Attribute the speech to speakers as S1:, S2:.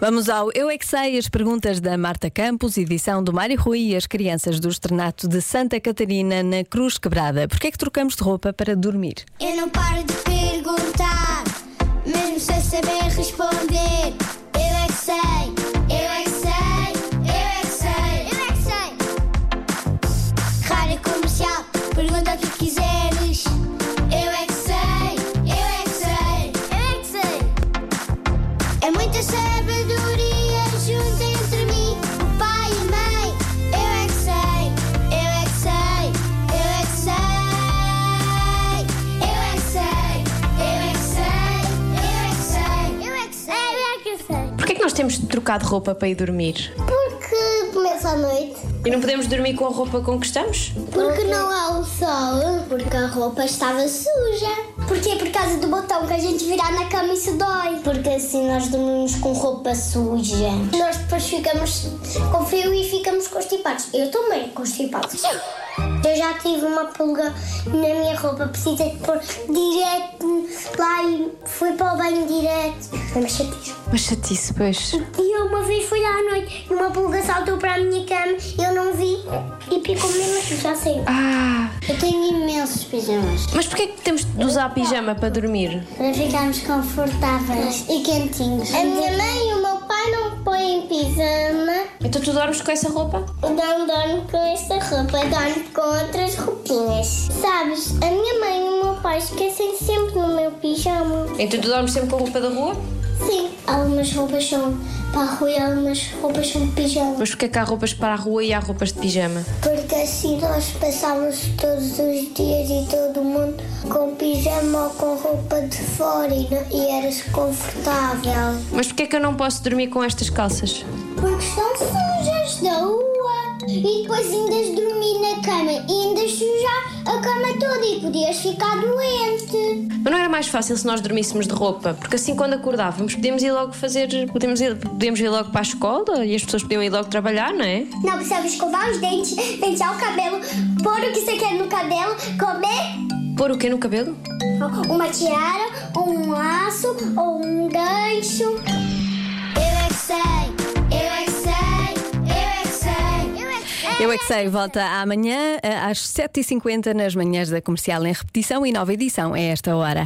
S1: Vamos ao Eu é que sei, as perguntas da Marta Campos, edição do Mário Rui e as crianças do externato de Santa Catarina na Cruz Quebrada. Porquê é que trocamos de roupa para dormir?
S2: Eu não paro de perguntar, mesmo sem saber responder. Eu é que sei, eu é que sei, eu é que sei, eu é que sei. Rádio comercial, pergunta o que quiseres. Eu é que sei, eu é que sei, eu é que sei. É muita sabedoria junto entre mim, o pai e a mãe. Eu é que sei, eu é que sei, eu é que sei. Eu é que sei, eu é que sei, eu é que sei, eu é que sei. Eu é que sei,
S3: Porquê é que nós temos de trocar de roupa para ir dormir?
S2: Porque começa a noite.
S3: E não podemos dormir com a roupa com que estamos?
S2: Porque não há o sol, porque a roupa estava suja. Porque é por causa do botão que a gente virar na cama isso dói. Porque assim nós dormimos com roupa suja. Nós depois ficamos com frio e ficamos constipados. Eu também constipado. Eu já tive uma pulga na minha roupa, precisei de pôr direto lá e fui para o banho direto. Vamos chatear.
S3: Mas chatice, pois.
S2: E eu uma vez fui lá à noite e uma pulga saltou para a minha cama, eu não vi e picou-me mesmo, assim, já saiu.
S3: Ah!
S2: Eu tenho imensos pijamas
S3: Mas porquê é que temos de usar pijama para dormir?
S2: para ficarmos confortáveis e quentinhos. A minha mãe e o meu pai não põem pijama,
S3: Então tu dormes com essa roupa?
S2: não dorme com esta roupa, dorme com outras roupinhas. Sabes, a minha mãe e o meu pai esquecem sempre no meu pijama.
S3: Então tu dormes sempre com a roupa da rua?
S2: Sim, algumas roupas são para a rua e algumas roupas são de pijama.
S3: Mas porquê é que há roupas para a rua e há roupas de pijama?
S2: Porque assim nós passávamos todos os dias e todo mundo com pijama ou com roupa de fora e, não- e era desconfortável.
S3: Mas porquê é que eu não posso dormir com estas calças?
S2: Porque são sujas da rua. E depois ainda dormir na cama e ainda sujar a cama toda e podias ficar doente.
S3: Mas não era mais fácil se nós dormíssemos de roupa? Porque assim quando acordávamos podíamos ir logo fazer... Podemos ir, podemos ir logo para a escola e as pessoas podiam ir logo trabalhar, não é?
S2: Não precisava escovar os dentes, pentear o cabelo, pôr o que você quer no cabelo, comer
S3: Pôr o quê no cabelo?
S2: uma tiara, um laço ou um gancho. Eu é que sei, eu é que sei, eu é que sei, eu é que sei.
S1: Eu é que sei, volta amanhã eh, às 7h50 nas manhãs da comercial em repetição e nova edição é esta hora.